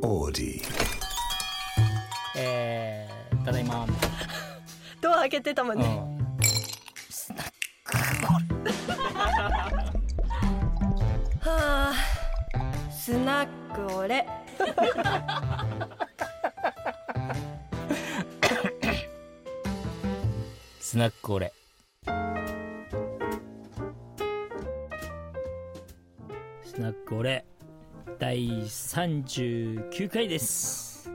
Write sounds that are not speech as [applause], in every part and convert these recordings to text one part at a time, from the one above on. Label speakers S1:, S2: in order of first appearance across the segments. S1: melody.
S2: えー、ただいま、みたい
S3: ドア開けてたもん
S2: な。
S3: ね、
S2: うん
S3: はあスナックオレ
S2: スナック俺。スナック俺、第39回です。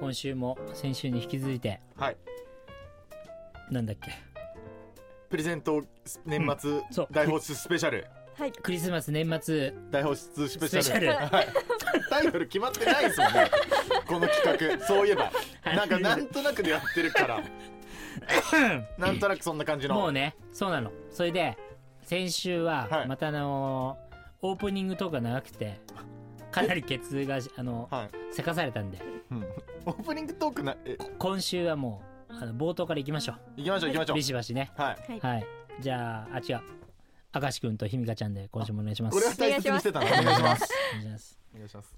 S2: 今週も先週に引き続いて、
S4: はい。
S2: なんだっけ、
S4: プレゼント年末
S2: そう
S4: 大放出スペシャル。
S3: はい
S2: クリスマス年末
S4: 大放出スペ
S2: ス
S4: シ
S2: ペシャ
S4: ャル。
S2: ル。
S4: はい。タイトル決まってないですもんね。この企画。そういえば。なんかなんとなくでやってるから。なんとなくそんな感じの。
S2: もうね、そうなの。それで、先週
S4: は
S2: は、
S4: い
S2: またあのーオープニングとか長くて、かなりケツが、あの、
S4: はい。
S2: せかされたんで、
S4: うんオープニングトークな、え、
S2: 今週はもう、あの冒頭から行きましょ
S4: 行きましょう行きましょ
S2: う。ビシバシね。
S4: う。はい。
S3: はい
S2: はい。じゃあ、あ、違う。明石くんとひみかちゃんで今週もお願いします。
S4: これは大切にしてたの。お願いします。
S2: お願いします。
S4: お願いします。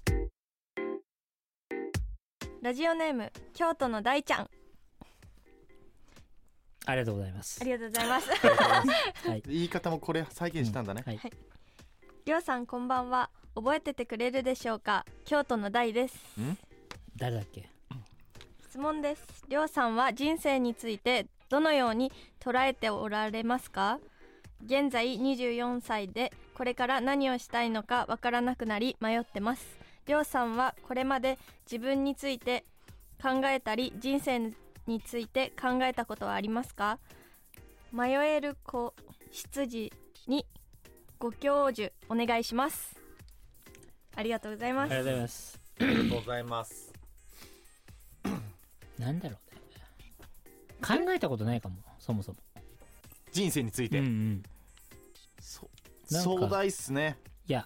S3: ラジオネーム京都の大ちゃん
S2: ありがとうございます
S3: あ。りがとうござい
S2: [laughs]
S3: ます
S2: はい。
S4: [laughs] 言い方もこれ再現したんだね。
S2: はい。
S3: りょうさんこんばんは覚えててくれるでしょうか京都の大です
S2: 誰だっけ
S3: 質問ですりょうさんは人生についてどのように捉えておられますか現在24歳でこれから何をしたいのかわからなくなり迷ってますりょうさんはこれまで自分について考えたり人生について考えたことはありますか迷える子羊にご教授お願いしますありがとうござい
S2: あ
S3: ま
S2: り
S3: す
S2: がとうございます。
S4: ありがとうございます。
S2: なんだろうね。考えたことないかも、そもそも。
S4: 人生について。
S2: ん。
S4: そ
S2: なんか
S4: 壮大っすね。
S2: いや、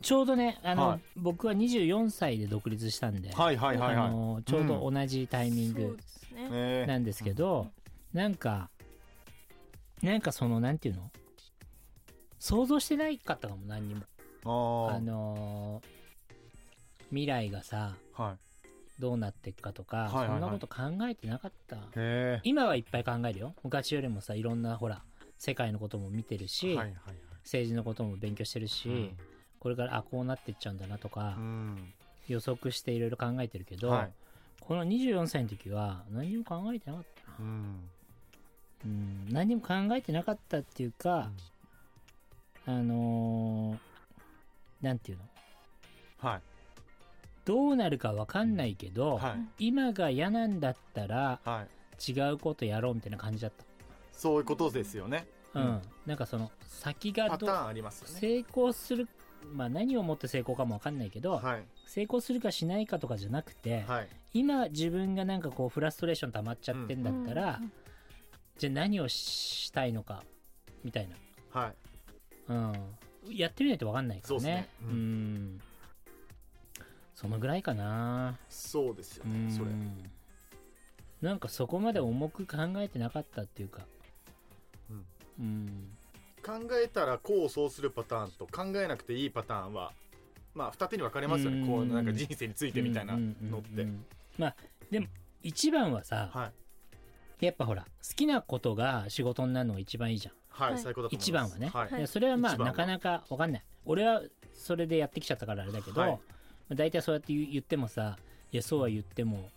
S2: ちょうどね、あの、
S4: はい
S2: 僕は24歳で独立したんで、
S4: はいはいはい
S2: あ
S4: は
S2: のちょうど同じタイミン
S3: そう
S2: グ
S3: ですね
S4: い。ねえ
S2: なんですけど、なんか、なんかその、なんていうの想像してないかったかも、何にも。
S4: あー
S2: あのー未来がさ、
S4: はい。
S2: どうなっていくかとか、
S4: いはいはい
S2: そんなこと考えてなかった。
S4: へ
S2: 今はいっぱい考えるよ。昔よりもさ、いろんなほら、世界のことも見てる
S4: え。
S2: し、
S4: はいはいはい。
S2: 政治のことも勉強してるし、これからあこうなってっちゃうんだなとか、
S4: うん。
S2: 予測していろいろ考えてるけど、
S4: はい
S2: この24歳の時は何も考えてなかったな
S4: う、ん。
S2: うん、何も考えてなかったっていうか、あのーなんていうの
S4: はい。
S2: どうなるかわかんないけど、
S4: はい。
S2: 今が嫌なんだったら
S4: はい。
S2: 違うことやろうみたいな感じだっ
S4: そういうことですよね。
S2: た、うんなんかその先が
S4: パタ
S2: ど
S4: ーンありますよね。
S2: 成功するまあ何をもって成功かもわかんないけど、
S4: はい。
S2: 成功するかしないかとかじゃなくて、
S4: はい。
S2: 今自分がなんかこうフラストレーション溜まっちゃってんだったら、
S3: うん
S2: じゃあ何をしたいのかみたい
S4: はい。
S2: な、うん、やってみないと分かんないからね
S4: そうっすね
S2: う
S4: うんん
S2: そのぐらいかな
S4: そうですよ
S2: う
S4: ね。
S2: ん
S4: それ。
S2: なんかそこまで重く考えてなかったっていうか
S4: うん
S2: うん
S4: 考えたらこうそうするパターンと考えなくていいパターンは、まあ、二手に分かれますよ
S2: う
S4: ね。
S2: ん
S4: こう、なんか人生についてみたいな
S2: うんうんうんうん
S4: のって。
S2: まあでも一番はさ、
S4: はい。
S2: やっぱほら好きなことが仕事になるのが一番いいじゃん
S4: は
S3: はい
S4: い、最高だと思います。
S2: 一番はね
S4: はい
S2: い。やそれはまあ
S4: 一番
S2: な
S4: は
S2: かなかわかんない俺はそれでやってきちゃったからあれだけど、
S4: はい
S2: まあ、大体そうやって言言ってもさいやそうは言っても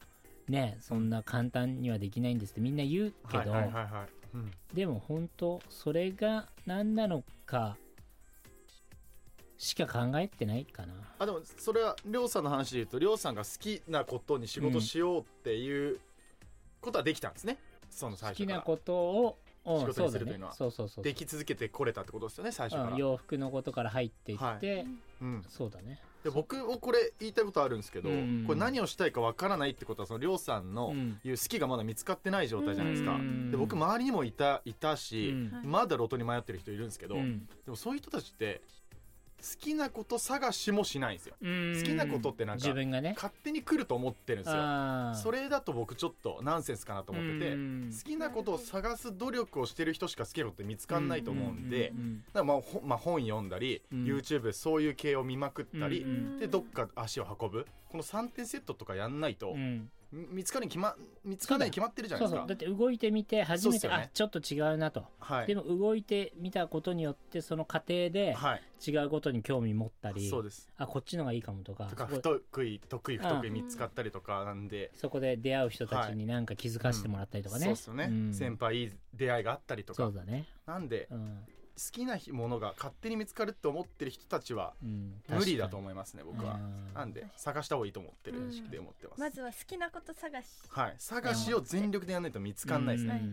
S2: ねそんな簡単にはできないんですってみんな言うけ
S4: はい
S2: ど、
S4: はいはいはい。うん
S2: でも本当それが何なのかしか考えてないかな
S4: あでもそれはりょうさんの話で言うとりょうさんが好きなことに仕事しようっていうことはできたんですね、その最
S2: 好
S4: 初
S2: き
S4: か
S2: な
S4: ら
S2: ことをうん
S4: 仕事にするというのは
S2: そうだねそうそうそう
S4: でき続けてこれたってことですよね最初から、
S2: うん洋服のことから入っていって、
S4: はうん、
S2: そうだね
S4: で僕もこれ言いたいことあるんですけど、
S2: うん
S4: これ何をしたいかわからないってことはそのりょうさんの
S2: ん
S4: いう好きがまだ見つかってない状態じゃないですか、
S2: うん
S4: で僕周りにもいたいた
S2: う
S4: し、
S2: ん
S4: まだ路頭に迷ってる人いるんですけど、
S2: うん
S4: でもそういう人たちってきなこと探しもしないんですよ
S2: 好
S4: 好きなことってなんか
S2: 自分がね
S4: 勝手に来ると思ってるんですよそれだと僕ちょっとナンセンスかなと
S2: と
S4: 思ってて好きなことを探す努力をしてる人しか好きなことって見つかんないと思うんでだからまあほまあ本読んだり
S2: うん
S4: YouTube そういう系を見まくったり
S2: うん
S4: でどっか足を運ぶこの3点セットとかやんないと
S2: うん
S4: み見つかるに決ま見つかないに決まってるじゃな
S2: そ
S4: いうです
S2: そう
S4: か
S2: だって動いてみて初めて、
S4: そうっすよね
S2: あちょっと違うなと、
S4: はい
S2: でも動いてみたことによってその過程で
S4: はい
S2: 違うことに興味持ったり
S4: そうです
S2: あこっちのがいいかもとか
S4: とか
S2: そ
S4: 不
S2: こ
S4: 得意得意不得意見つかったりとかなんで
S2: そこで出会う人たちになんか気づかせてもらったりと
S4: そ
S2: か
S4: う
S2: ね、
S4: ですよね
S2: ん
S4: 先輩いい出会いがあったりと
S2: そ
S4: か
S2: うだね
S4: なんで
S2: うん、
S4: 好きなものが勝手に見つかるって思ってる人たちは
S2: うん、
S4: 無理だと
S2: 思
S4: 思いますね僕はなんで
S3: 確かに
S4: 探した方がいいと思ってる
S3: うん
S4: 意識で思ってます、
S3: まずは好きなこと探し
S4: はい探しを全力でやらないと見つかんないですね、
S3: ね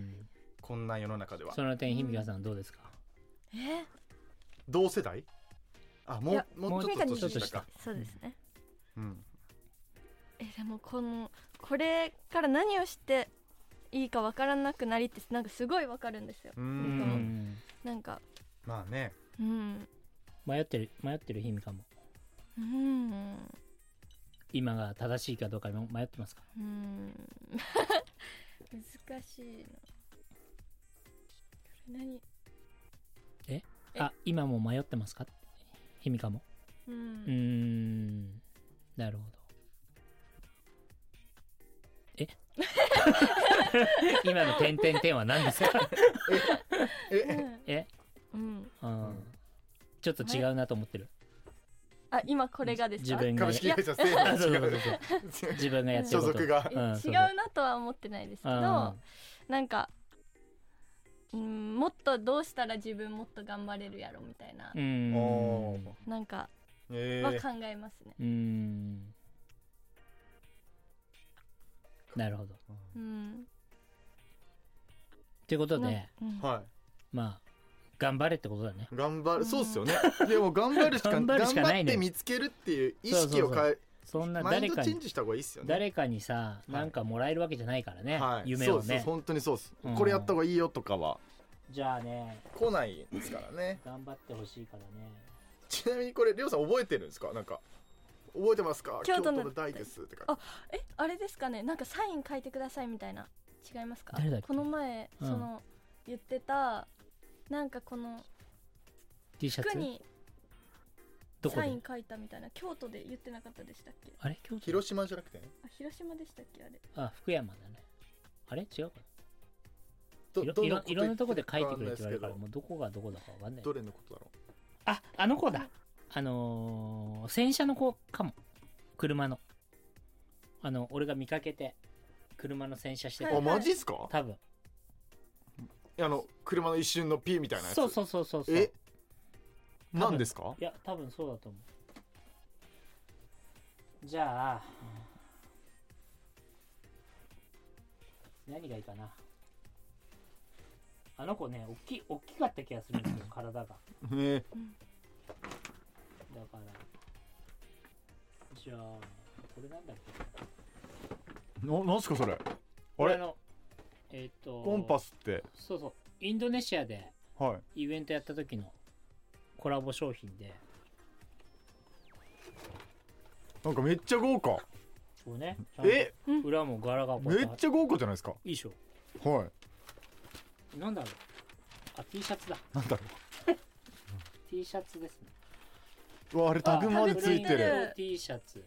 S4: こんな世の中では
S2: その点ひみかさんどうですか、
S3: え
S4: 同世代あ
S3: い
S4: も
S3: や
S4: うもうちょっ
S3: もう
S4: と年
S2: ちょっと
S4: 下か、
S3: そうですね
S4: うん、
S3: えでもこのこれから何をしていいかわからなくなりってなんかすごいわかるんですよ
S4: うー
S2: うん
S3: んなんか
S4: まあね
S3: うん
S2: 迷ってる迷ってるひみかも
S3: うん
S2: 今が正しいかどうか迷ってますか
S3: うん難しいなこれ何え
S2: あ今も迷ってますかひみかも
S3: う
S2: うー
S3: ん
S2: んなるほど [laughs] え今の点点点は何です [laughs] か
S3: う
S4: え
S3: ん
S2: え
S3: うん
S2: うんちょっと違うなと思ってる
S3: あ今これがです
S2: 自
S3: か
S2: 分が
S4: 株
S2: 自
S4: 式会社制度
S2: あそうそう
S4: 違う
S2: 分がやってる
S4: 所
S2: こと
S4: 属が
S3: え
S2: うんそ
S3: 違
S2: う
S3: う
S2: そう
S3: なとは思ってないですけど
S2: あ
S3: なんかうんもっとどうしたら自分もっと頑張れるやろみたいな
S2: ーうーん
S4: おー
S3: なんか
S4: え
S3: は
S4: ー
S3: 考えますね
S2: うーんなるほど
S3: うん
S2: ということ
S3: な
S2: で
S3: うん
S4: は
S2: まあ頑張れってことだね
S4: い頑張るそうっすよねでも頑張るしか
S2: [laughs] 頑張るしかないの
S4: 頑張って
S2: よ
S4: 見つけるっていう意識を変え
S2: そんな
S4: マイ
S2: 誰
S4: ンド
S2: か
S4: チェン
S2: に
S4: ジした方がいいっすよね
S2: 誰かにさ
S4: い
S2: なんかもらえるわけじゃないからね
S4: はい、
S2: 夢を
S4: そうです
S2: ね
S4: 本当にそうです、
S2: うん
S4: これやった方がいいよとかは
S2: じゃあね
S4: 来ないですからね
S2: 頑張ってほしいからね
S4: ちなみにこれりょうさん覚えてるんですかなんか覚えてますか
S3: 京
S4: 京
S3: 都
S4: 都
S3: の
S4: の大ですってか
S3: あえあれですかねなんかサイン書いてくださいみたいな違いますか
S2: 誰だっけ
S3: この前、
S2: うん
S3: その言ってたなんかこの
S2: T シャ
S3: 服
S2: ツ
S3: に
S2: どこ
S3: サイ
S2: で
S3: ン書いたみたいな京都で言ってなかったでしたっけ
S2: あれ京都
S4: 広島じゃなくて
S3: あ広島でしたっけあれ
S2: あ福山だねあれ違うか
S4: ど
S2: いろ
S4: ど
S2: い
S4: の
S2: ろ
S4: こと
S2: いろんなとこで書いてくれって言われ
S4: 言
S2: る
S4: ってる
S2: か
S4: からわかんないです
S2: もうどこがどこだかわかんな
S4: け
S2: い
S4: どどれのことだろう
S2: ああの子だあのー洗車の子かも車のあの俺が見かけて車の洗車して
S3: はい
S4: あ
S2: た
S4: マジっすか
S2: 多分
S4: あの車の一瞬のピーみたいなやつ
S2: そうそうそうそうそう
S4: え
S2: 多分
S4: 何ですか
S2: いや多分そうだと思うじゃあ何がいいかなあの子ね大きい大きかった気がするん
S4: [laughs]
S2: ですよ体がだか
S4: え
S2: らじゃあこれなんだっけ
S4: ー、ななんすかそれ
S2: こ
S4: あ
S2: れ
S4: れ
S2: のえっ、と
S4: コンパスって
S2: そうそうインドネシアで
S4: はい
S2: イベントやった時のコラボ商品で
S4: なんかめっちゃ豪華
S2: こう
S4: [laughs]
S2: ねちゃんと
S4: え
S2: 裏も柄がこう
S4: め
S2: や
S4: ってちゃ豪華じゃないですか
S2: いいでしょ
S4: はい
S2: なんだろうあ T シャツだ
S4: なんだろ
S2: [laughs] T シャツですね
S4: ううわあれタグまでついて
S3: あタグついて
S4: る
S3: る
S2: T シャツ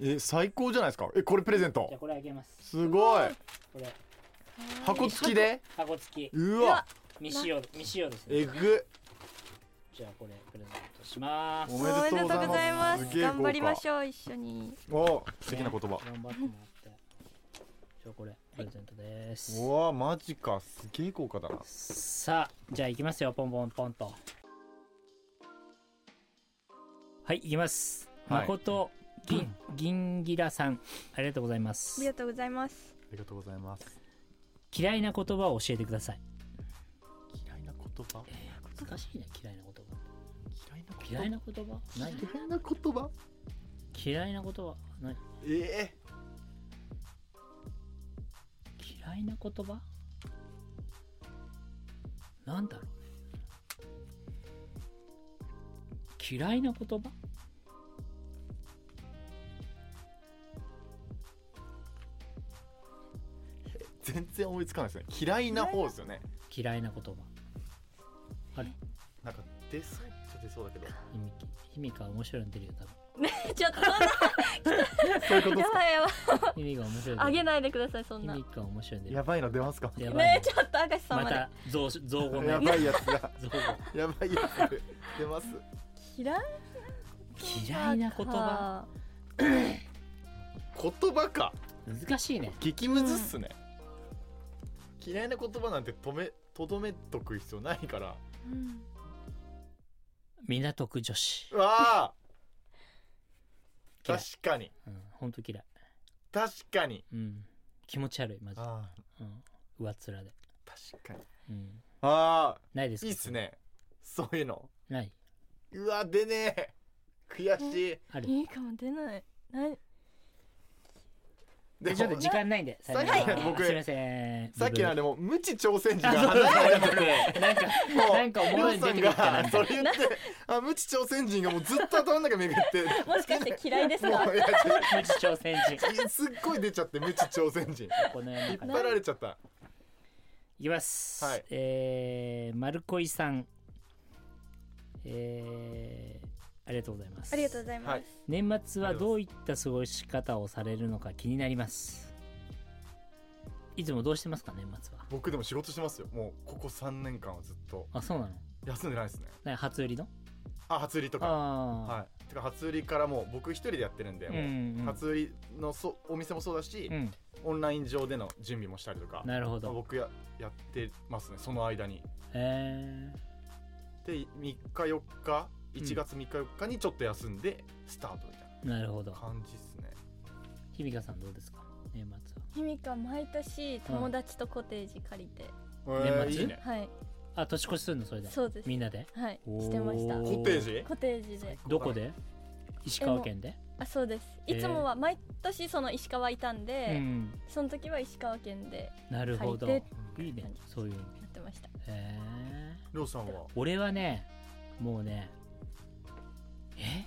S4: え最高じゃないですかえこれプレゼン
S2: じゃあ
S4: ト
S2: これあげます
S4: すごい
S2: これ
S4: 箱付きで
S2: 箱付き
S4: う
S3: うわ
S4: わ
S2: 未使用未使用ですね
S4: えぐ
S2: じゃあこれプレゼントします
S4: お
S3: おめ
S4: め
S3: で
S4: で
S3: と
S4: と
S3: うご
S4: うご
S3: ざ
S4: ざ
S3: い
S4: い
S3: ま
S4: ますす
S3: 頑張りま
S4: す
S3: しょう一緒に
S4: お素敵な言葉
S2: ね頑張ってもらってじゃあこれプレゼントです
S4: うわマジかすげえ豪華だな
S2: さあじゃあ行きますよポンポンポンとはい行きます、
S4: はい
S2: 誠
S4: [clears throat]
S2: 銀銀ギラさんありがとうございま
S3: あり
S2: す
S3: がとうございます
S4: ありがとうございます
S2: 嫌いな言葉を教えてください
S4: 嫌いな言葉
S2: 難しいね嫌いな言葉
S4: 嫌いな言
S2: 嫌いな言葉ない
S4: 嫌いな言葉
S2: 嫌いな言葉ない
S4: え
S2: 嫌いな言葉なんだろうね嫌いな言葉
S4: 全然思いつかないですね嫌いな方ですよね
S2: 嫌いな言葉
S4: なんか出そうっちゃ出そうだけど
S2: ひみひみか面白いの出るよ多 [laughs]
S3: ちょっとそんな
S4: そういうことで
S3: や
S4: すか
S3: ば
S2: 分
S3: いやばい
S2: ひみか面白いの
S3: あ
S2: 出
S3: げ
S2: る
S3: ないでくださいそん
S2: ひ
S3: な
S2: み
S3: ね
S2: か面白いの出る
S4: やばいの出ますか
S2: やばいね
S3: えちょっと明石さ
S2: ま
S3: んまで
S2: た造造語
S4: や
S2: ね
S4: ばいやつが
S2: 造語
S4: やばい [laughs] やつ出ます
S3: 嫌い
S2: 嫌いな言葉
S3: か
S4: 言葉か
S2: 難しいね
S4: 激ムズっすね、嫌いな言葉なんて止めとどめとく必要ないから
S3: うん
S2: 港区女子
S4: うわあ
S2: 嫌
S4: 確
S2: い
S4: かに
S2: うん本当嫌い
S4: 確かに
S2: うん気持ち悪いマジで
S4: あ
S2: うん上っ面で
S4: ー確かに
S2: うん
S4: あ
S2: ないですか
S4: ーいいっすねそういうの
S2: ない。
S4: うわ出ねえ悔しい
S2: ある。
S3: いいかも出ないない
S4: で
S2: ちょっ
S4: も
S2: と時間ないんで。
S4: さっきの
S2: さよなら
S4: 僕
S2: すいません。
S4: さっきのあ
S2: の。
S4: れも無知挑戦時が
S2: あ、 [laughs] そう
S4: 話
S2: そう
S4: され
S2: そう
S4: てて
S2: そう。なんか、
S4: もう
S2: なんかおもろいの出てくるかな
S4: りょうさんがそれ言ってあ無知挑戦人がもうずっと頭の中
S2: [laughs]
S4: 巡って
S3: もしかして嫌いですか
S4: もういや
S2: 無知挑戦人。
S4: すっごい出ちゃって無知挑戦人
S2: この世の
S4: 引っ
S2: 中
S4: 張られちゃった
S2: いきます。
S4: はい
S2: えー、マルコイさん。えー、ありがとうございます。
S3: ありがとうございます、
S4: はい
S2: 年末はどういった過ごし方をされるのか気になります。いつもどうしてますか、年末は。
S4: 僕でも仕事してますよもうここ3年間はずっと
S2: あ、そうなの
S4: 休んでないですね
S2: な初売りの
S4: あ初売りとか
S2: あ
S4: はいてか初売りからもう僕一人でやってるんで、
S2: あ。う
S4: もうん
S2: うん。
S4: 初売りのそお店もそうだし、
S2: うん。
S4: オンライン上での準備もしたりとか、
S2: なるほ
S4: まあ
S2: ど。
S4: 僕ややってますねその間に
S2: えー。
S4: で3日4日
S2: ん
S4: 1月3日4日にちょっと休んでスタートみたい
S2: なるほど
S4: な。感じですね
S2: ひみかさんどうですか年末
S3: ひみか毎年友達とコテージ借りて、
S2: 年末
S4: いいね
S3: はい
S2: は。あ、年越しするのそれで。
S3: そうです
S2: みんなで
S3: はい
S2: おー
S3: してました
S2: お
S4: コテージ
S3: コテージで
S2: どこで石川県で
S3: あそうです
S2: えー
S3: いつもは毎年その石川いたんで、
S2: うん。
S3: その時は石川県で
S2: なるほど。
S3: 借
S2: いいね。そういうの。
S3: やってました
S2: へえ。
S4: りょうさんは
S2: 俺はね、もうね、え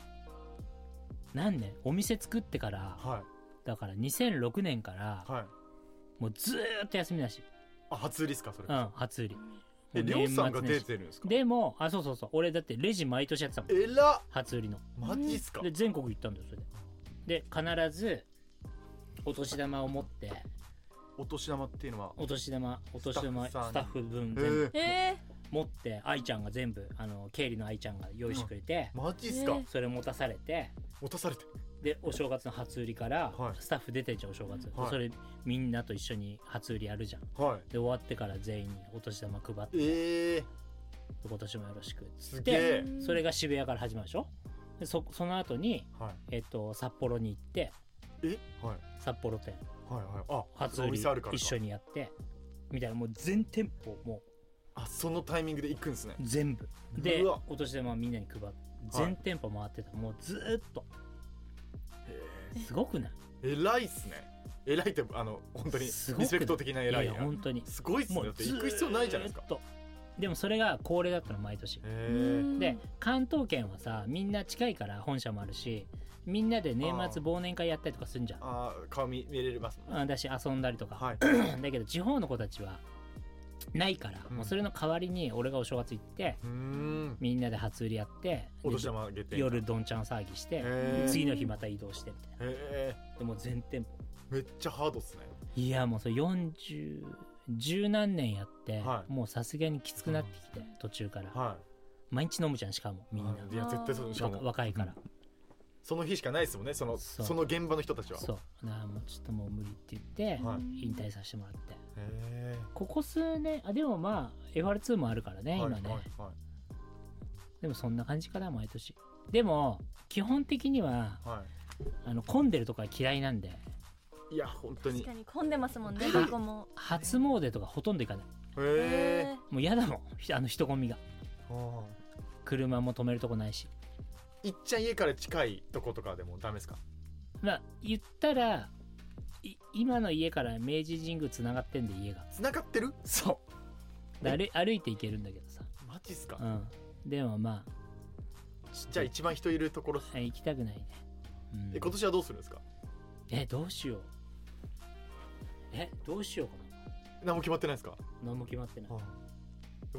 S2: 何年お店作ってから、
S4: は
S2: だから2006年から
S4: い、はい
S2: もうずーっと休みなし。
S4: あ初売りっすかそれ
S2: うん、初売り。
S4: えりょうさん
S2: も
S4: が
S2: う年末
S4: 出
S2: 年始
S4: てるんですか
S2: でも、あ、そうそうそう。俺だってレジ毎年やってたもん。
S4: えらっ
S2: 初売りの。
S4: マジっすか
S2: で全国行ったんだよそれでで必ずお年玉を持って
S4: お年玉っていうのは
S2: お年玉お年玉
S4: ス
S2: ス
S4: タッフさんに
S2: タッフ分
S4: え
S2: 全部
S4: ー、
S3: え
S2: 持って愛ちゃんが全部あの経理の愛ちゃんが用意してくれて、
S4: マジっすか、
S3: えー
S2: それ持たされて
S4: 落とされて
S2: でお正月の初売りから
S4: はい
S2: スタッフ出てんじゃんお正月、
S4: はい
S2: それみんなと一緒に初売りやるじゃん
S4: はい
S2: で終わってから全員にお年玉配って
S4: ええー、
S2: 今年もよろしくっつ
S4: す
S2: っ
S4: げ
S2: て
S4: え
S3: ー、
S2: それが渋谷から始まるでしょでそその後に
S4: はい
S2: えっと札幌に行って
S4: えはい
S2: 札幌店
S4: はいはいあ
S2: 初
S4: お
S2: 売り
S4: 店あるからか
S2: 一緒にやってみたいなもう全店舗も
S4: あそのタイミングで行くんですね
S2: う全部で
S4: うわ
S2: お年玉みんなに配って全店舗回ってた、もうずーっとすごくない
S4: えらいっすねえらいってあの本当にリ
S2: すごくない
S4: スペクト的なえらい
S2: いや
S4: や
S2: 本当に
S4: すごいっすね
S2: も
S4: だ
S2: う
S4: って
S2: ずー
S4: 行
S2: っ
S4: く必要ないじゃないですか
S2: とでもそれが恒例だったの毎年、
S3: ー
S4: え
S3: うん
S2: で関東圏はさみんな近いから本社もあるしみんなで年末
S4: あー
S2: 忘年会やったりとかすんじゃん
S4: あー顔見見れますもんね
S2: うんだし遊んだりとか、 [laughs]
S4: は
S2: [clears throat]
S4: い
S2: だけど地方の子たちはないから、
S4: うん
S2: もうそれの代わりに俺がお正月行って
S4: うーん
S2: みんなで初売りやって
S4: お年玉あげて
S2: 夜どんちゃん騒ぎして、
S4: へー
S2: 次の日また移動してみたいな
S4: え
S2: でもう全店舗
S4: ー、めっちゃハードっすね
S2: いやもうそれ40十何年やって、
S4: はい
S2: もうさすがにきつくなってきて、途中から、
S4: は
S2: 毎日飲むじゃんしかも
S4: い
S2: みんな、
S4: いや絶対そうしか
S2: 若
S4: も
S2: 若いから、
S4: その日しかないですもんねその
S2: そ
S4: そうの現場の人たちは
S2: そうなあもうちょっともう無理って言って、
S4: はい
S2: 引退させてもらって
S4: へ
S2: ここ数年あでもまあ FR2 もあるからね
S4: え
S2: 今ね、
S4: はい
S2: でもそんな感じかな毎年でも基本的には
S4: はい、は
S2: あの混んでるとか嫌いなんで
S4: い、いや本当に
S3: 確か
S4: へ
S3: に混んでますもんねどこも
S2: 初詣とかほとんど行かない
S4: え
S2: もう嫌だもんひあの人混みが
S4: ー、はあ
S2: 車も止めるとこないし
S4: いっちゃん家から近いとことかでもダメですか
S2: まあ言ったらい今の家から明治神宮つながってんで家が
S4: 繋がってる
S2: そうだ歩い歩いて行けるんだけどさ
S4: マジっすか
S2: うんでもまあ
S4: じゃあ一番人いるところっす
S2: 行きたくないね、うん
S4: え今年はどうするんですか
S2: えどうしようえどうしようか
S4: 何も決まってないですか
S2: な何も決まってない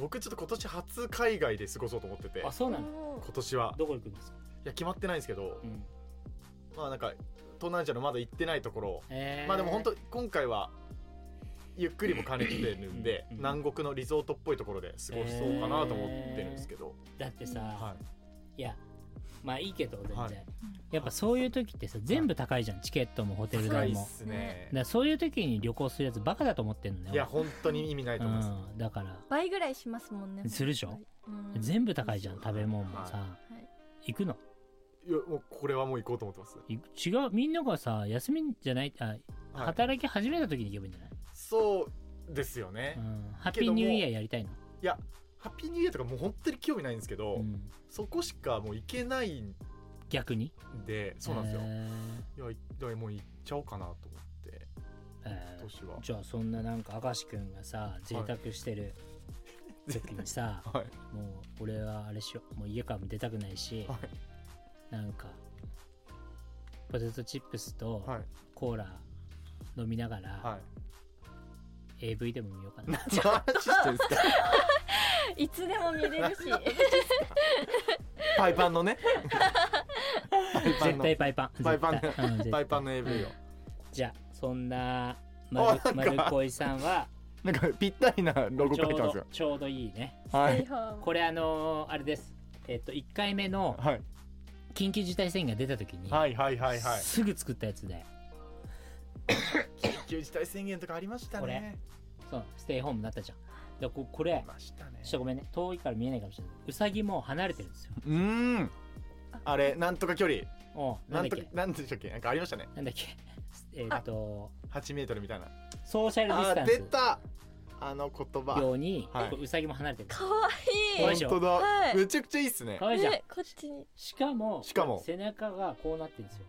S4: 僕ちょっと今年初海外で過ごそうと思ってて
S2: あ
S4: 今
S2: そうなの
S4: 年は
S2: どこ行くんですか、
S4: いや決まってないんですけど、
S2: うん
S4: まあなんか東南アジアのまだ行ってないところ
S2: えー
S4: まあでも本当今回はゆっくりも兼ねてるんで
S2: うん
S4: 南国のリゾートっぽいところで過ごしそうかなと思ってるんですけど、
S2: だってさ、、
S4: はい
S2: やまあいいけど全然、
S4: はい
S2: やっぱそういう時ってさ全部高いじゃんチケットもホテ
S4: い、
S2: ル
S4: 深
S2: 代
S4: いっ
S2: も
S4: すね
S2: だからそういう時に旅行するやつバカだと思ってんのね
S4: いや本当に意味ないと思います、
S2: 俺うんだから
S3: 倍ぐらいしますもんね
S2: するでしょ、
S3: うん
S2: 全部高いじゃん食べ物もさ、
S3: いは
S2: 行くの
S4: いやもうこれはもう行こうと思ってます、
S2: い違うみんながさ休みじゃないあ
S4: はい
S2: 働き始めた時に行けばいいんじゃない、
S4: そうですよね、
S2: うん、ハッピーニューイヤーやりたいの、
S4: いやハッピーニューイヤーとかもう本当に興味ないんですけど、
S2: うん
S4: そこしかもう行けないん
S2: 逆に
S4: でそうなんですよ、
S2: え
S4: いやいだからもう行っちゃおうかなと思って
S2: ーえ
S4: 今
S2: ー
S4: 年は、
S2: じゃあそんななんか明石君がさ贅沢してる時にさ、
S4: [laughs] はい
S2: もう俺はあれしようもう家からも出たくないし、
S4: は
S2: なんかポテトチップスと
S4: はい
S2: コーラ飲みながら
S4: はい [laughs]
S2: AV でも見ようかな、
S4: 何の話してんです [laughs] か
S3: [laughs] い、いつでも見れるし
S4: パイパンのねパイ
S2: 絶
S4: [laughs] パンの
S2: 対パイパン
S4: パイパン
S2: 絶対うん絶対
S4: パイパンの AV を、
S2: じゃあそんなまる
S4: あ
S2: ま
S4: なんか
S2: るこいさんは
S4: なんかぴったりなロゴ
S2: ち
S4: 書
S2: ょ
S4: いうてます
S2: ど
S4: よ
S2: ちょうどいいね
S4: はい
S2: これあのーあれですえっと1回目の
S4: はい
S2: 緊急事態宣言が出た時に、
S4: はいはいはいはい
S2: すぐ作ったやつで
S4: 緊急事態宣言とかありました
S2: こ
S4: ね
S2: れそうステイホームになったじゃんでここ
S4: あ
S2: れ
S4: りましたね
S2: ちょっとごめんね遠いから見えないかもしれないうさぎも離れてるんですよ
S4: うーんあれなんとか距離
S2: おうな
S4: なんん
S2: だ
S4: と
S2: っ
S4: か
S2: け
S4: なんでしたっけなんかありましたね
S2: なんだっけえーっと
S4: 8メートルみたいな
S2: ソーシャルディス
S4: あ
S2: タ
S4: ー
S2: ン
S4: 出
S2: ス
S4: たあの言
S2: よ
S4: 葉
S2: うに
S4: はい
S2: こううさぎも離れてる
S3: かわい
S2: 怖い
S4: 本
S2: でしょ
S4: 当だ、
S3: はい
S4: めちゃくちゃいいっすね
S2: かわい
S3: い
S2: いじゃん
S3: ねこっちに
S2: しかも
S4: しかも
S2: 背中がこうなってるんですよ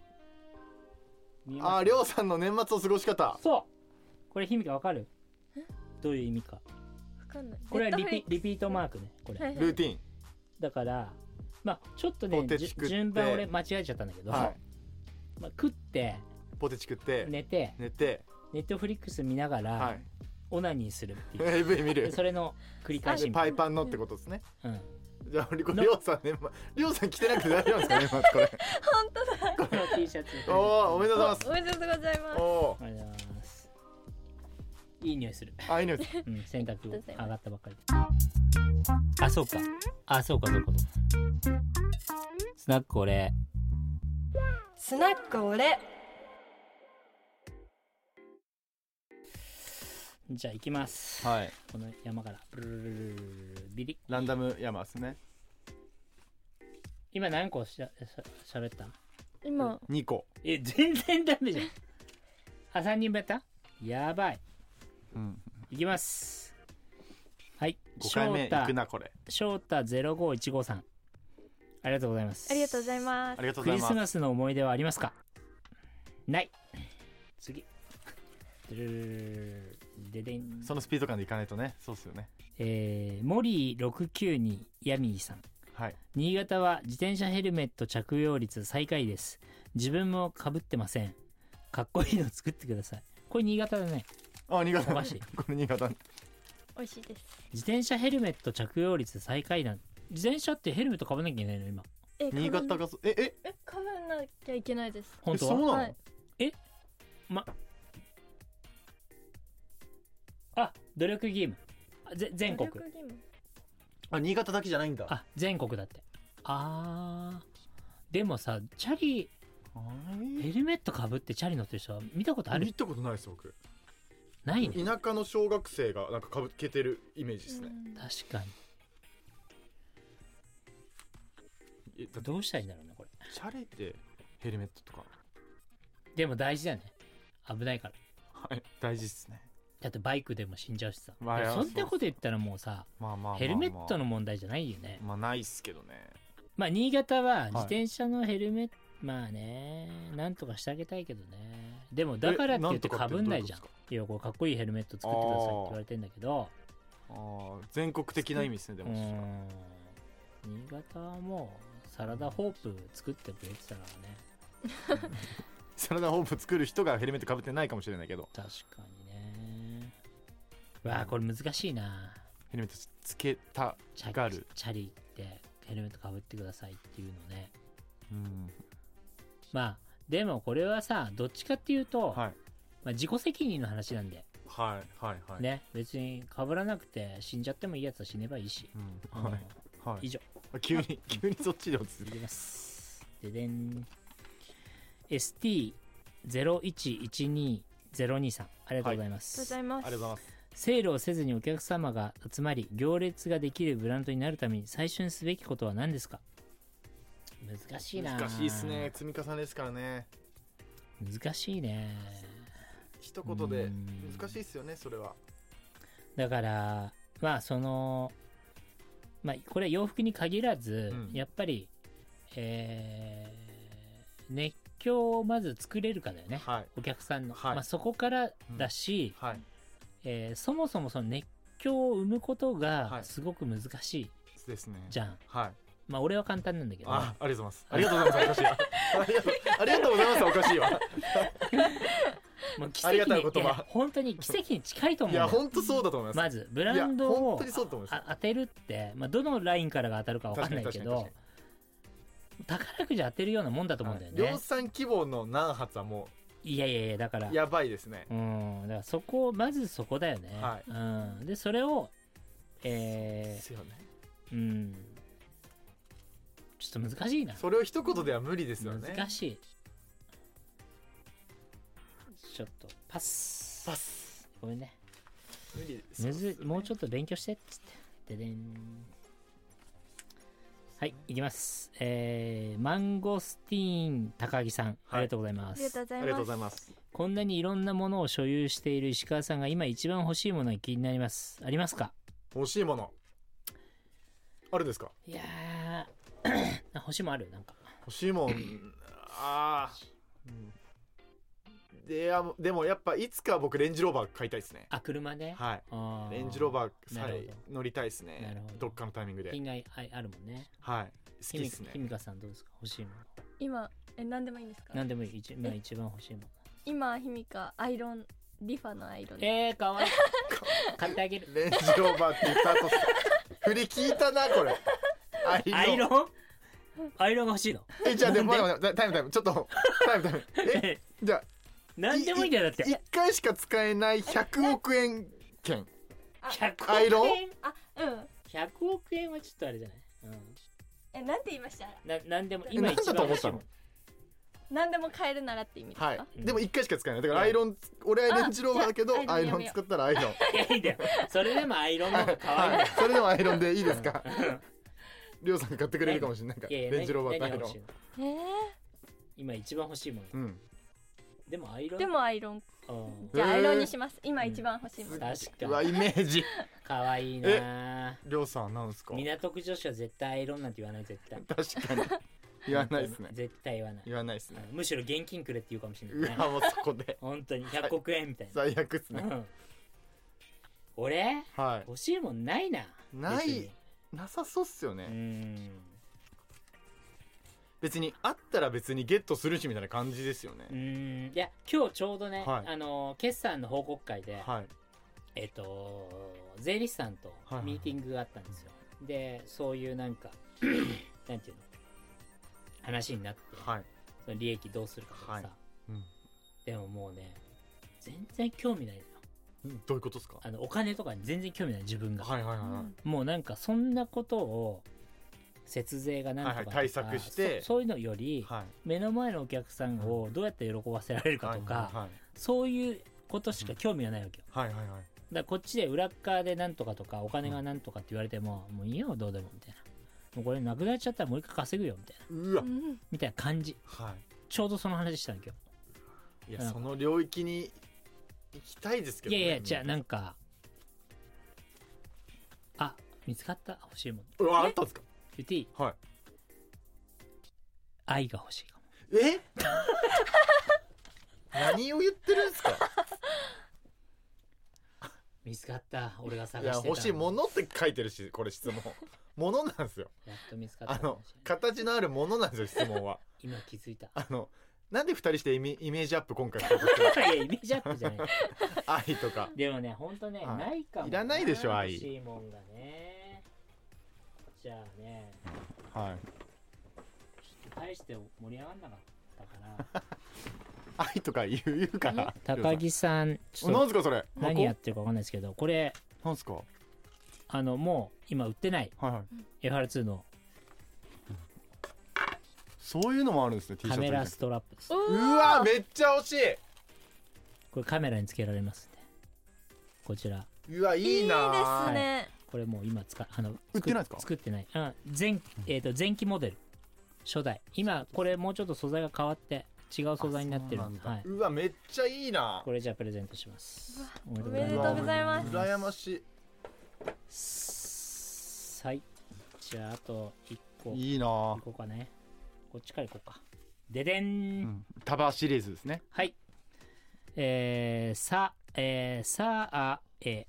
S2: 見えます
S4: あーりょうさんの年末の過ごし方
S2: そうこれひみかわかるどういう意味か
S3: わかんない
S2: これはリピ
S3: ネットフリ
S2: リピートマークねこれ、
S3: はいはい
S4: ルーティン
S2: だからまあちょっとね
S4: ポテ
S2: じ
S4: チ
S2: ゅ
S4: 食って
S2: 順番俺間違えちゃったんだけど、
S4: はい
S2: まあ、食って
S4: ポテチ食って
S2: 寝て
S4: 寝て
S2: ネットフリックス見ながら、
S4: はい
S2: オナニーするっていう
S4: AV 見
S2: で
S4: る
S2: それの繰り返し
S4: で
S2: みた
S4: パ
S2: い
S4: イパンのってことですね
S2: な、うん、
S4: じゃありこ
S2: の
S4: りょうさん年末りょうさん着てなくて大丈夫ですか年末
S2: [laughs]
S4: これ
S2: この T シャツ
S4: おーおめでとうございます
S3: おおめでとうございます
S4: おお
S2: ありがとうございますいい匂い
S3: [laughs]
S2: する、
S4: ーあいいのです
S2: うん、洗濯
S3: りがとうござ
S2: 上
S3: います
S2: がったばっかりあそうかあそうかそうかそうかスナック俺
S3: スナック俺
S2: じゃあ行きます、
S4: はい
S2: この山からブルルルルルルルビリ
S4: ランダム山ですね
S2: 今何個しゃしゃしゃべった
S3: 今
S4: 2個
S2: え全然ダメじゃんあ三人目やったやばい
S4: うん
S2: いきますはい
S4: 5回目
S2: 翔
S4: 行
S2: 太
S4: くなこれ
S2: 翔太0515さんありがとうございます
S3: ありがとうございま
S4: あ
S3: す
S4: りがとう
S2: クリ
S4: ございま
S2: ス
S4: す
S2: マスの思い出はありますかない次ででん
S4: そのスピード感でいかないとねそうっすよね
S2: えー、モリー692ヤミーさん
S4: はい
S2: 新潟は自転車ヘルメット着用率最下位です自分もかぶってませんかっこいいの作ってくださいこれ新潟だね
S4: あ新潟
S2: おかしい
S4: これ新潟
S3: 美味しいです
S2: 自転車ヘルメット着用率最下位なん自転車ってヘルメットかぶんなきゃいけないの今
S3: え
S4: 新潟がそええ
S3: えかぶんなきゃいけないです
S2: 本当
S4: えそうな
S2: は
S4: の、
S3: はい
S2: あ努力義務あぜ全国
S3: 努力義務
S4: あ新潟だけじゃないんだ
S2: あ全国だってあーでもさチャリヘルメットかぶってチャリ乗ってる人は見たことあ
S4: 見
S2: る
S4: たことないです僕
S2: ないね
S4: 田舎の小学生がなんかかぶけてるイメージですね、
S2: 確かに
S4: えだって
S2: どうしたらいいんだろうねこれ
S4: シャレてヘルメットとか
S2: でも大事だね危ないから
S4: はい大事っすね
S2: だってバイクでも死んじゃうしさ、
S4: まあ
S2: でも
S4: いや
S2: そんなこと言ったらもうさ
S4: まあまあまあ、まあ、
S2: ヘルメットの問題じゃないよね
S4: まあないっすけどね
S2: まあ新潟は自転車のヘルメット、まあねなんとかしてあげたいけどねでもだからって言って
S4: えな
S2: か
S4: んとかって
S2: ぶんないじゃん
S4: どういうこ
S2: いやこうかっこいいヘルメット作ってくださいって言われてんだけど
S4: ああ全国的な意味ですねで
S2: う
S4: も
S2: ーん新潟はもうサラダホープ作ってくれてたからね
S4: サラダホープ作る人がヘルメットかぶってないかもしれないけど
S2: 確かにねわあこれ難しいな
S4: ヘルメットつけた
S2: チャ
S4: が
S2: リ
S4: る
S2: チャリってヘルメットかぶってくださいっていうのね
S4: うん
S2: まあでもこれはさどっちかっていうと、
S4: はい
S2: まあ、自己責任の話なんで、
S4: はいはいはい、
S2: ね別にかぶらなくて死んじゃってもいいやつは死ねばいいし、
S4: うん、はいは
S2: 以
S4: い
S2: 上
S4: あ急に急にそっちで落ち
S2: 続
S4: 着
S2: きますででん ST011202 さんありがとうございま
S3: とうご
S2: す、
S3: ざい
S4: あ
S3: ま
S4: り
S3: す
S4: がとうございます
S2: セールをせずにお客様が集まり行列ができるブランドになるために最初にすべきことは何ですか難しいな
S4: 難しいですね積み重ねですからね
S2: 難しいね
S4: 一言で
S2: うん
S4: 難しいですよねそれは
S2: だからまあそのまあこれは洋服に限らず、
S4: うん
S2: やっぱりえー熱狂をまず作れるかだよね
S4: はい
S2: お客さんの、
S4: はい
S2: まあ、そこからだし、
S4: はい
S2: えーそもそもその熱狂を生むこと
S4: は
S2: が
S4: い
S2: すごく難しい
S4: ですね
S2: じゃん、
S4: はい
S2: まあ俺は簡単なんだけど
S4: あありがとうございますありがとうございま
S2: [laughs]
S4: すおかしいありがとうありがとうございますおかしいわ
S2: もう奇
S4: あ
S2: 跡
S4: り
S2: に
S4: がたいお言
S2: い
S4: 葉
S2: や本当に奇跡に近いと思
S4: いうや
S2: の
S4: 本当そうだと思います
S2: まずブランド
S4: いや本
S2: を
S4: 当にそうだと思います
S2: あ当てるって、まあ、どのラインからが当たるかわかんないけ
S4: 確
S2: ど
S4: かに確か
S2: 宝くじ当てるようなもんだと思うんだよね、
S4: 量産規模の何発はも
S2: いやいやいやだから
S4: うやばいですね
S2: うんだからそこまずそこだよね、
S4: は
S2: うん、でそれを
S4: で
S2: え
S4: すよね
S2: ーうんちょっと難しいな
S4: それを一言では無理ですよね
S2: 難しいちょっとパス
S4: パス
S2: ごめんね
S4: 無理です
S2: むずもうち
S4: ょ
S2: ょ
S4: っ
S2: っと勉強してっつってででんはいいきますえー、マンゴスティーン高木さん、ありがとうございま
S3: ありがとう
S2: す
S3: ござ
S4: あ
S3: い
S4: りがとうご
S3: ま
S4: ざ
S3: す
S4: います
S2: こんなにいろんなものを所有している石川さんが今一番欲しいものが気になりますありますか
S4: 欲しいものあるんですか
S2: いやー欲しいもん [coughs] あるなんか
S4: 欲しいもんああであでもやっぱいつか僕レンジローバー買いたいですね
S2: あ車ね、
S4: はい
S2: あ
S4: レンジローバー
S2: な
S4: さ
S2: る
S4: え乗りたいです
S2: なる
S4: ね
S2: ほど
S4: どっかのタイミング
S2: ほど
S4: で
S2: 品がああるもんね
S4: はい好
S2: き
S4: き
S2: み
S4: で
S2: か
S4: すね
S2: ひみかさんどうですか欲しいもの
S3: 今え何でもいいんですか
S2: 何でもいい一,、まあ、一番欲しいもの
S3: 今ひみかアイロンリファのアイロンです
S2: えー、かわいい [laughs] 買ってあげる
S4: レンジローバーって言った後さ振り聞いたな
S2: [laughs]
S4: これ
S2: アイロ
S4: ン
S2: ンアイロンが欲しいの
S4: えじゃあでも
S2: なんで
S4: 待って待ってタイムタイムちょっとタイムタイムえじゃ
S2: [laughs] 何でもいいんだよだっ
S4: あ
S2: て
S4: 1回しか使えない100億円券
S3: あ
S2: 100
S4: アイロ
S2: 億
S4: ン
S2: 円
S3: あうん
S2: 100億円はちょっとあれじゃない、
S3: えなんて言いました
S2: うん、な何でも
S4: え
S2: 今
S4: 何
S2: 一
S4: だと
S2: 番
S4: 思
S2: 欲
S4: っ
S2: しい
S4: た
S2: もん
S4: の
S3: 何でも買えるならって意味ですか、
S4: はい
S2: うん
S4: でも1回しか使えないだからアイロン俺はレンジローバーだけど
S3: あじゃあ
S4: ア
S3: ア
S4: イ
S3: イ
S4: ロ
S3: ロ
S4: ン
S3: ン
S4: 使ったらアイロン
S2: いやいいんだよそれでもアイロンの方が可愛いんだ
S4: は
S2: よ
S4: [laughs] い、それでもアイロンでいいですか。りょうさんが買ってくれるかもしれないから、
S2: いやいや
S4: レンジローバーとア
S2: 何
S4: イ
S2: 何が欲
S4: ロ
S2: しい
S4: ン。
S2: の
S3: え
S2: 今一番欲しいもの
S4: うん、
S2: でもアイロ
S3: ー
S2: ン
S3: でもアイロン
S2: うん
S3: じゃあ
S4: へー
S3: アイロンにします今一番欲しいもの、
S2: 確
S4: う
S2: か
S4: わ、
S2: に
S4: イメージ。
S2: 可愛いな
S4: りょうさん、なんですか。
S2: 港区女子は絶対アイロンなんて言わない絶対
S4: 確かに。言わないですね。
S2: 絶対言わない
S4: 言わないですね。
S2: むしろ現金くれって言うかもしれ
S4: う
S2: ない、ね、
S4: わ、もうそこで。
S2: 本当に100億円みたいな
S4: 最悪ですね。
S2: うん俺
S4: は
S2: 欲しいもんないな
S4: ない
S2: 別に
S4: い。なさそうっすよ
S2: う
S4: ね。
S2: ん
S4: 別に、あったら別にゲットするしみたいな感じですよね
S2: う。んいや今日ちょうどね、
S4: はい
S2: あの決算の報告会で、
S4: はい。
S2: えっ、と税理士さんと
S4: はいはい
S2: ミーティングがあったんですよ、でそういうなんか [clears throat] なんていうの話になって、
S4: はい。
S2: その利益どうするかとかさ、
S4: はいうん
S2: でももうね全然興味ないのよ
S4: どういうことですか。
S2: あのお金とかに全然興味ない自分が、
S4: はい、はい、はい
S3: う
S4: はい
S3: ん。
S2: もうなんかそんなことを節税がなんとかとか、
S4: はいはい対策して
S2: そそういうのより、
S4: はい。
S2: 目の前のお客さんをどうやって喜ばせられるかとか、
S4: はい。
S2: そういうことしか興味がないわけよ、
S4: はい、はい、はい。
S2: だからこっちで裏っ側でなんとかとかお金がなんとかって言われても、もういいよどうでもみたいなもうこれなくなっちゃったらもう一回稼ぐよみたいな
S4: うわ
S3: う。ん、
S2: みたいな感じ
S4: はい。
S2: ちょうどその話したんけど
S4: いや、その領域に。行きたいですけ
S2: い
S4: ど
S2: や
S4: ね。
S2: いやじゃあなんかあ見つかった欲しいもん
S4: うわ、あったんですか。
S2: 言っていい
S4: はい。
S2: 愛が欲しいかも
S4: え [laughs] 何を言ってるんですか
S2: 見つかった俺が探し
S4: い
S2: て
S4: や
S2: た
S4: 欲しいものって書いてるしこれ質問ものなんですよ
S2: やっと見つかった
S4: あ
S2: か
S4: の
S2: もしれない
S4: 形のあるものなんですよ質問
S2: [laughs]
S4: は
S2: 今気づいた
S4: あのなんで2人してイメイメージアップ今回しようとしてる
S2: いやイメージアップじゃない [laughs]
S4: 愛とか
S2: でもねほんとね
S4: はい
S2: ないかも
S4: いらないでしょ愛
S2: 欲しいもんがねじゃあね
S4: はい
S2: ちょっと大して盛り上がんなかったか
S4: 愛とか言う言うから [laughs]
S2: ら高木さんちょっ
S4: 何
S2: と
S4: すかそれ
S2: 何やってるかわかんないですけどこれ
S4: 何すかは
S2: あのもう今売ってない
S4: いはい
S2: FR2 の
S4: そういうのもあるんですね T シャ
S2: カ
S4: ツみ
S2: メ
S4: たい
S2: ラ
S4: な
S2: ストラップです
S4: う
S3: う
S4: わめっちゃ惜し
S2: これカメラにつけられますんでこちら
S4: いうわいいなー
S3: いいですね
S2: これもう今使あの
S4: 売ってないですか
S2: 作ってない、うん前えー、と前期モデル初代今これもうちょっと素材が変わって違う素材になってる
S4: あそ
S2: んで
S4: うんだ
S2: はいう
S4: わめっちゃいいな
S2: これじゃあプレゼントしますおめで
S3: お
S2: とう
S3: めでと
S2: ご
S3: う
S2: ざい
S3: ございま
S2: わ
S4: 羨まし
S2: ますはいじゃああと1個い
S4: いいいな
S2: こうかねこっちからいこうかででん、
S4: うんタバシリーズですね
S2: はいえー、さえー、さあえー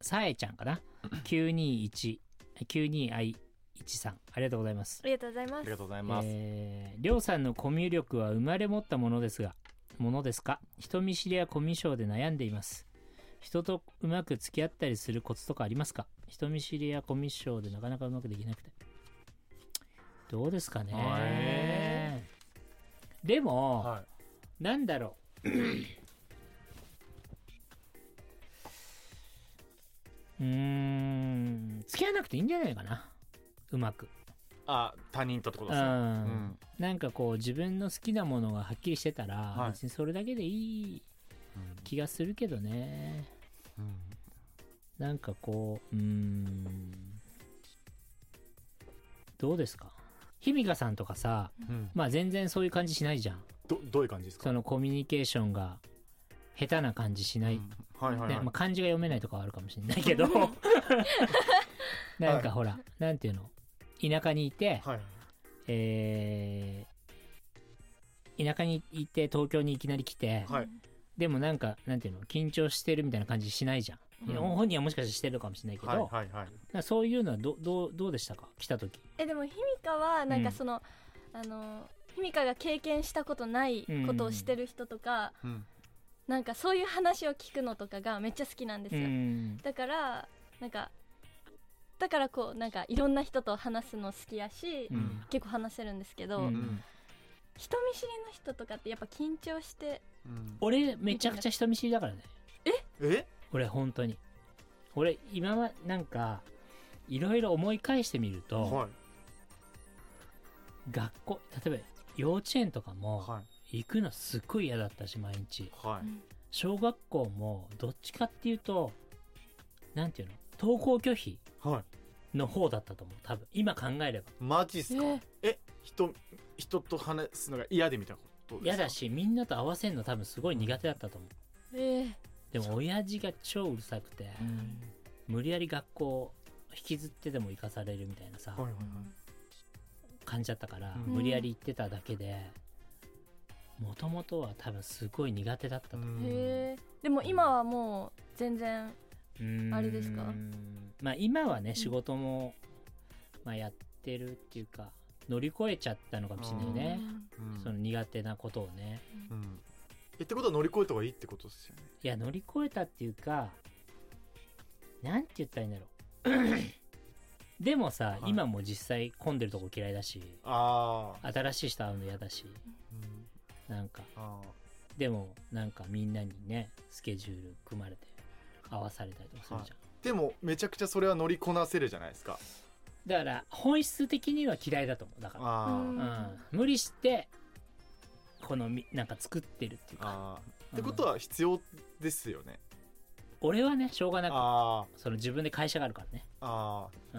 S2: さえちゃんかな921 92i13 ありがとうございます
S3: ありがとうございま
S4: あ
S3: す
S4: りがとうございます
S2: えーりょうさんのコミュ力は生まれ持ったものですがものですか人見知りやコミュ障で悩んでいます人とうまく付き合ったりするコツとかありますか人見知りやコミュ障でなかなかうまくできなくてどうですかね
S4: へ
S2: でも、
S4: は
S2: なんだろううーん付き合わなくていいんじゃないかなうまく
S4: いあ他人とってこと
S2: う
S4: ですねうんん
S2: なんかこう自分の好きなものがはっきりしてたら、
S4: はい
S2: 別にそれだけでいい気がするけどね
S4: うん
S2: なんかこううーんどうですかひみかさんとかさ
S4: うん
S2: まあ全然そういう感じしないじゃん
S4: どどういう感じです
S2: そ
S4: か
S2: のコミュニケーションが下手な感じしない、
S4: うんはいはい
S2: ね
S4: はい
S2: まあ、漢字が読めないとかはあるかもしれないけ
S4: [laughs]
S2: どなんかほら、なんていうの田舎にいて、
S4: はい
S2: えー田舎に行って東京にいきなり来て、
S4: はい
S2: でもなんかなんていうの緊張してるみたいな感じしないじゃん、
S4: うん
S2: 本人はもしかしてしてるかもしれないけど、
S4: はいはい
S2: な
S4: はい
S2: んかそういうのはどどうどうでしたか来た時
S3: えでもひみかはなん
S2: う
S3: か
S2: ん
S3: その、あのひみかが経験したことないことをしてる人とか、
S4: うん
S3: なんかそういう話を聞くのとかがめっちゃ好きなんですよ、
S2: ん
S3: だからなんかだからこうなんかいろんな人と話すの好きやし、
S2: うん
S3: 結構話せるんですけど、
S2: うん
S4: うん
S3: 人見知りの人とかってやっぱ緊張して
S4: うん
S2: 俺めちゃくちゃ人見知りだからね
S4: え
S2: 俺本当に俺今はなんかいろいろ思い返してみると、
S4: は
S2: 学校例えば幼稚園とか
S4: い
S2: も
S4: はい
S2: 行くのすっごい嫌だったし毎日、
S4: は
S2: 小学校もどっちかっていうとなんていうの登校拒否
S4: いはい
S2: の方だったと思う多分今考えれば
S4: マジっすか
S3: え
S4: え人人と話すのが嫌でみたいなことですか
S2: 嫌だしみんなと合わせるの多分すごい苦手だったと思う
S3: えー
S2: でも親父が超うるさくて
S4: うん
S2: 無理やり学校引きずってでも行かされるみたいなさ
S4: はいはい
S2: 感じだったから
S4: うん
S2: 無理やり行ってただけでもともとは多分すごい苦手だったと
S4: は
S2: 思う
S4: い
S3: へえでも今はもう全然
S2: うーん
S3: あれですか
S2: まあ今はね仕事も、まあ、やってるっていうか乗り越えちゃったのかもしれないよね、
S4: うん
S2: その苦手なことをね
S4: うんえってことは乗り越えた方がいいってことですよね
S2: いや乗り越えたっていうかなんて言ったらいいんだろう [clears throat] でもさ、
S4: はい
S2: 今も実際混んでるとこ嫌いだし
S4: ああ
S2: 新しい人会うの嫌だし
S4: うん
S2: なんか
S4: あー
S2: でもなんかみんなにねスケジュール組まれて合わされたりとかするじゃん、
S4: でもめちゃくちゃそれは乗りこなせるじゃないですか
S2: だから本質的には嫌いだと思うだから
S4: あー
S3: うん
S2: うん、無理してこのみなんか作ってるっていうか
S4: あーってことは必要ですよね
S2: 俺はねしょうがなく
S4: あ
S2: その自分で会社があるからね、
S4: あ
S2: う
S4: あ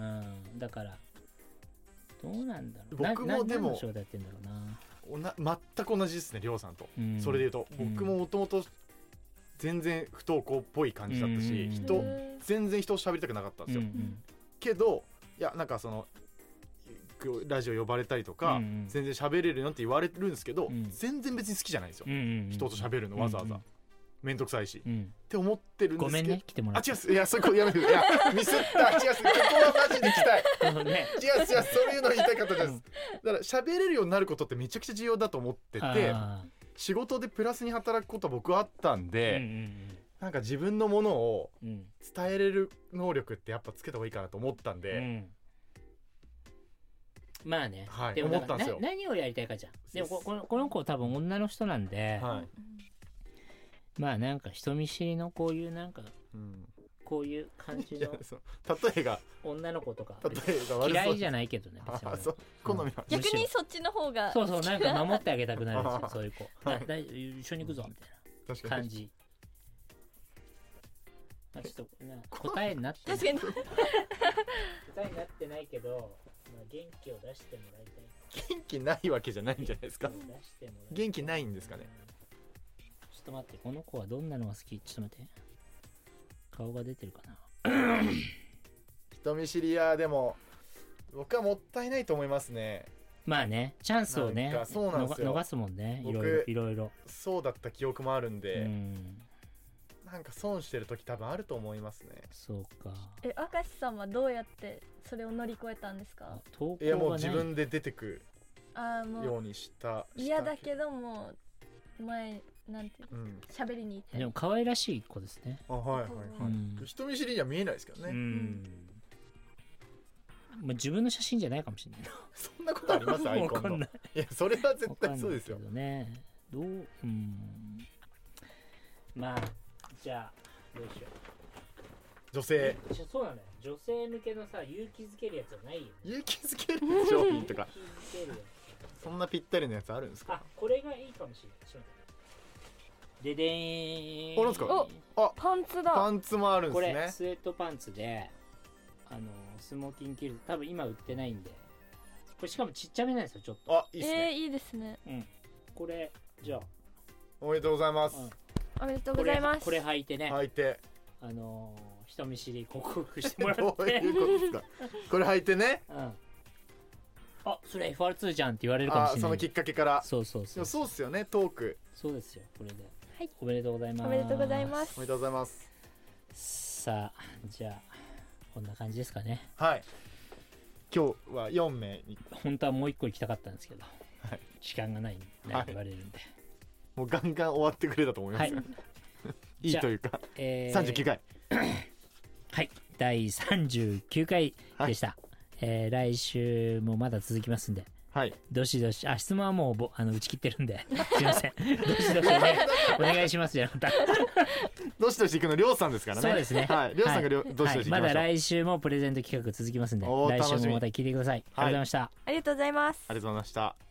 S2: ん、だからどうなんだろう
S4: 僕も
S2: なな
S4: でも
S2: 何の仕事やってんだろうな、
S4: ーおな全く同じですねりょうさんと
S2: うん
S4: それでいうと
S2: うん
S4: 僕ももともと全然不登校っぽい感じだった
S2: う
S4: し
S2: ん
S4: 人
S3: へー
S4: 全然人を喋りたくなかったんですよ
S2: うんうん
S4: けどいやなんかそのラジオ呼ばれたりとか、
S2: うんうん
S4: 全然喋れるよって言われるんですけど、
S2: うん
S4: 全然別に好きじゃないんですよ、
S2: うんうんうん
S4: 人と喋るのわざわざ、
S2: うん
S4: 面倒くさいしっ
S2: うん、
S4: て思ってるんで
S2: ご
S4: すけ
S2: め
S4: ど
S2: んね来てもら
S4: あ
S2: っ
S4: 違うっすいやそこやめてくださいいやミスった違うっすここはマジで行きたい
S2: [laughs] て
S4: [laughs]
S2: ね
S4: 違う違うそういうの言いたかったで
S2: う
S4: す
S2: ん
S4: だから喋れるようになることってめちゃくちゃ重要だと思ってて
S2: あ
S4: 仕事でプラスに働くことは僕はあったん
S2: ー
S4: で、
S2: うんうん
S4: なんか自分のものを
S2: うんうん
S4: 伝えれる能力ってやっぱつけた方がいいかなと思ったんで、
S2: うんまあね、
S4: はい
S2: でもなんか
S4: 思ったんですよ
S2: な何をやりたいかじゃんでもここのこの子多分女の人なんで、
S4: はい、
S2: まあなんか人見知りのこういうなんか
S4: うん、
S2: こういう感じ
S4: いや
S2: の
S4: その例えが
S2: 女の子
S4: [laughs]
S2: とか
S4: 例えが悪そう
S2: 嫌いじゃ
S4: ない
S2: ないけどね別に
S4: [laughs] あ
S2: 俺は
S4: そう好みは、
S2: むし
S3: 逆
S2: ろ
S3: にそっちの方が
S2: そうそうなんか守ってあげたくなるんですよそういう子
S4: [laughs] はい
S2: あ大丈夫一緒に行くぞみたい
S4: 確
S2: な
S4: か
S2: 感
S4: に
S2: じまあちょっとな答えになって
S3: 確かに
S2: 答えになってないけど、まあ、元気を出してもらいたい
S4: 元気ないわけじゃないんじゃないですか
S2: 元気を出してもらいたい
S4: 元気ないんですかね
S2: ちょっと待ってこの子はどんなのが好きちょっと待って顔が出てるかな
S4: 人見知りやでも僕はもったいないと思いますね
S2: まあねチャンスをね
S4: なんかそうなんですよ
S2: のが逃すもんねい
S4: 僕
S2: ろいろいろいろ
S4: そうだった記憶もあるん
S2: う
S4: で、
S2: ん
S4: なんか損してる時多分あると思いますね
S2: そうか
S3: [laughs] え明石さんはどうやってそれを乗り越えたんです
S2: あ
S3: か
S2: 投稿
S4: いやもう
S2: がない
S4: 自分で出てく
S3: ああも
S4: よ
S3: う
S4: うにした
S3: 嫌だ
S4: ど
S3: けども前なんていう
S4: うん
S3: 喋りに行った
S2: で
S3: り
S2: も可愛らしい子ですね
S4: あはいはい
S2: うん、
S4: はい、人見知りには見えないですけどね、
S2: うんまあ、自分の写真じゃないかもしれないな
S4: そんなことありますアイ
S2: [laughs] わ
S4: コン
S2: か
S4: の
S2: ん
S4: い
S2: ない
S4: やそれは絶
S2: わかんな
S4: 対
S2: い
S4: そうですよ
S2: けどねどううんまあじゃあどうしよ
S4: 女性
S2: うちょそうなんだよ女性向けのさ勇気づけるやつはないよね
S4: 勇気づける商品とか
S2: 勇気づけるや
S4: そんなぴったりのやつあるんです
S2: つあ
S4: か
S2: これがいいかもしれないちょっと待ってででーん
S4: あなんすか
S3: お
S4: あ
S3: パンツ
S4: パ
S3: だ
S4: ンツもあるん
S2: これ、
S4: ですね
S2: スウェットパンツであのスモーキングキルト多分今売ってないんでこれしかもちっちゃめなんですよちょっと
S4: あいい
S3: え
S4: っすね、
S3: ーいいですね
S2: これじゃあ
S4: おめでとうございます、
S2: うん
S3: おめでとう
S2: こ
S3: ござ
S2: れ
S3: います
S2: これ履いてね、
S4: 履いて
S2: あのー人見知り克服して
S4: [laughs]
S2: もら
S4: ど
S2: っ
S4: うい
S2: て
S4: うことですかこれ履いてね
S2: うん、あそれ FR2 じゃんって言われるかもし
S4: あ
S2: れ
S4: そ
S2: な
S4: の
S2: い
S4: きっかけから
S2: そうそう
S4: で
S2: そ
S4: も
S2: う
S4: そうっすよねトーク
S2: そうですよこれで、
S3: はい
S2: おめでとうございます
S3: おめでとうございます
S4: おめでとうございます
S2: すさあじゃあこんな感じですかね
S4: はい今日は4名に
S2: 本当はもう一個行きたかったんですけど、
S4: はい
S2: 時間がないなんて言われるんで、
S4: もうガンガン終わってくれたと思いますよ、、
S2: はい
S4: [laughs] いというか、
S2: えー
S4: 39回
S2: はい第39回でした、えー来週もまだ続きますんで
S4: はい
S2: どしどしあ質問はもうぼあの打ち切ってるんで [laughs] すいませんどしどしお願いお願いしますじゃなかった
S4: どしどし行くのりょうさんですからね
S2: そうですね
S4: はいりょうさんがりょうどしどし行きまし
S2: はい、
S4: ょう、
S2: まだ来週もプレゼント企画続きますんで
S4: おー
S2: 来
S4: 楽しみ
S2: 週もまた聞いてください、ありがとうございました
S4: はい
S3: ありがとうございます
S4: ありがとうございました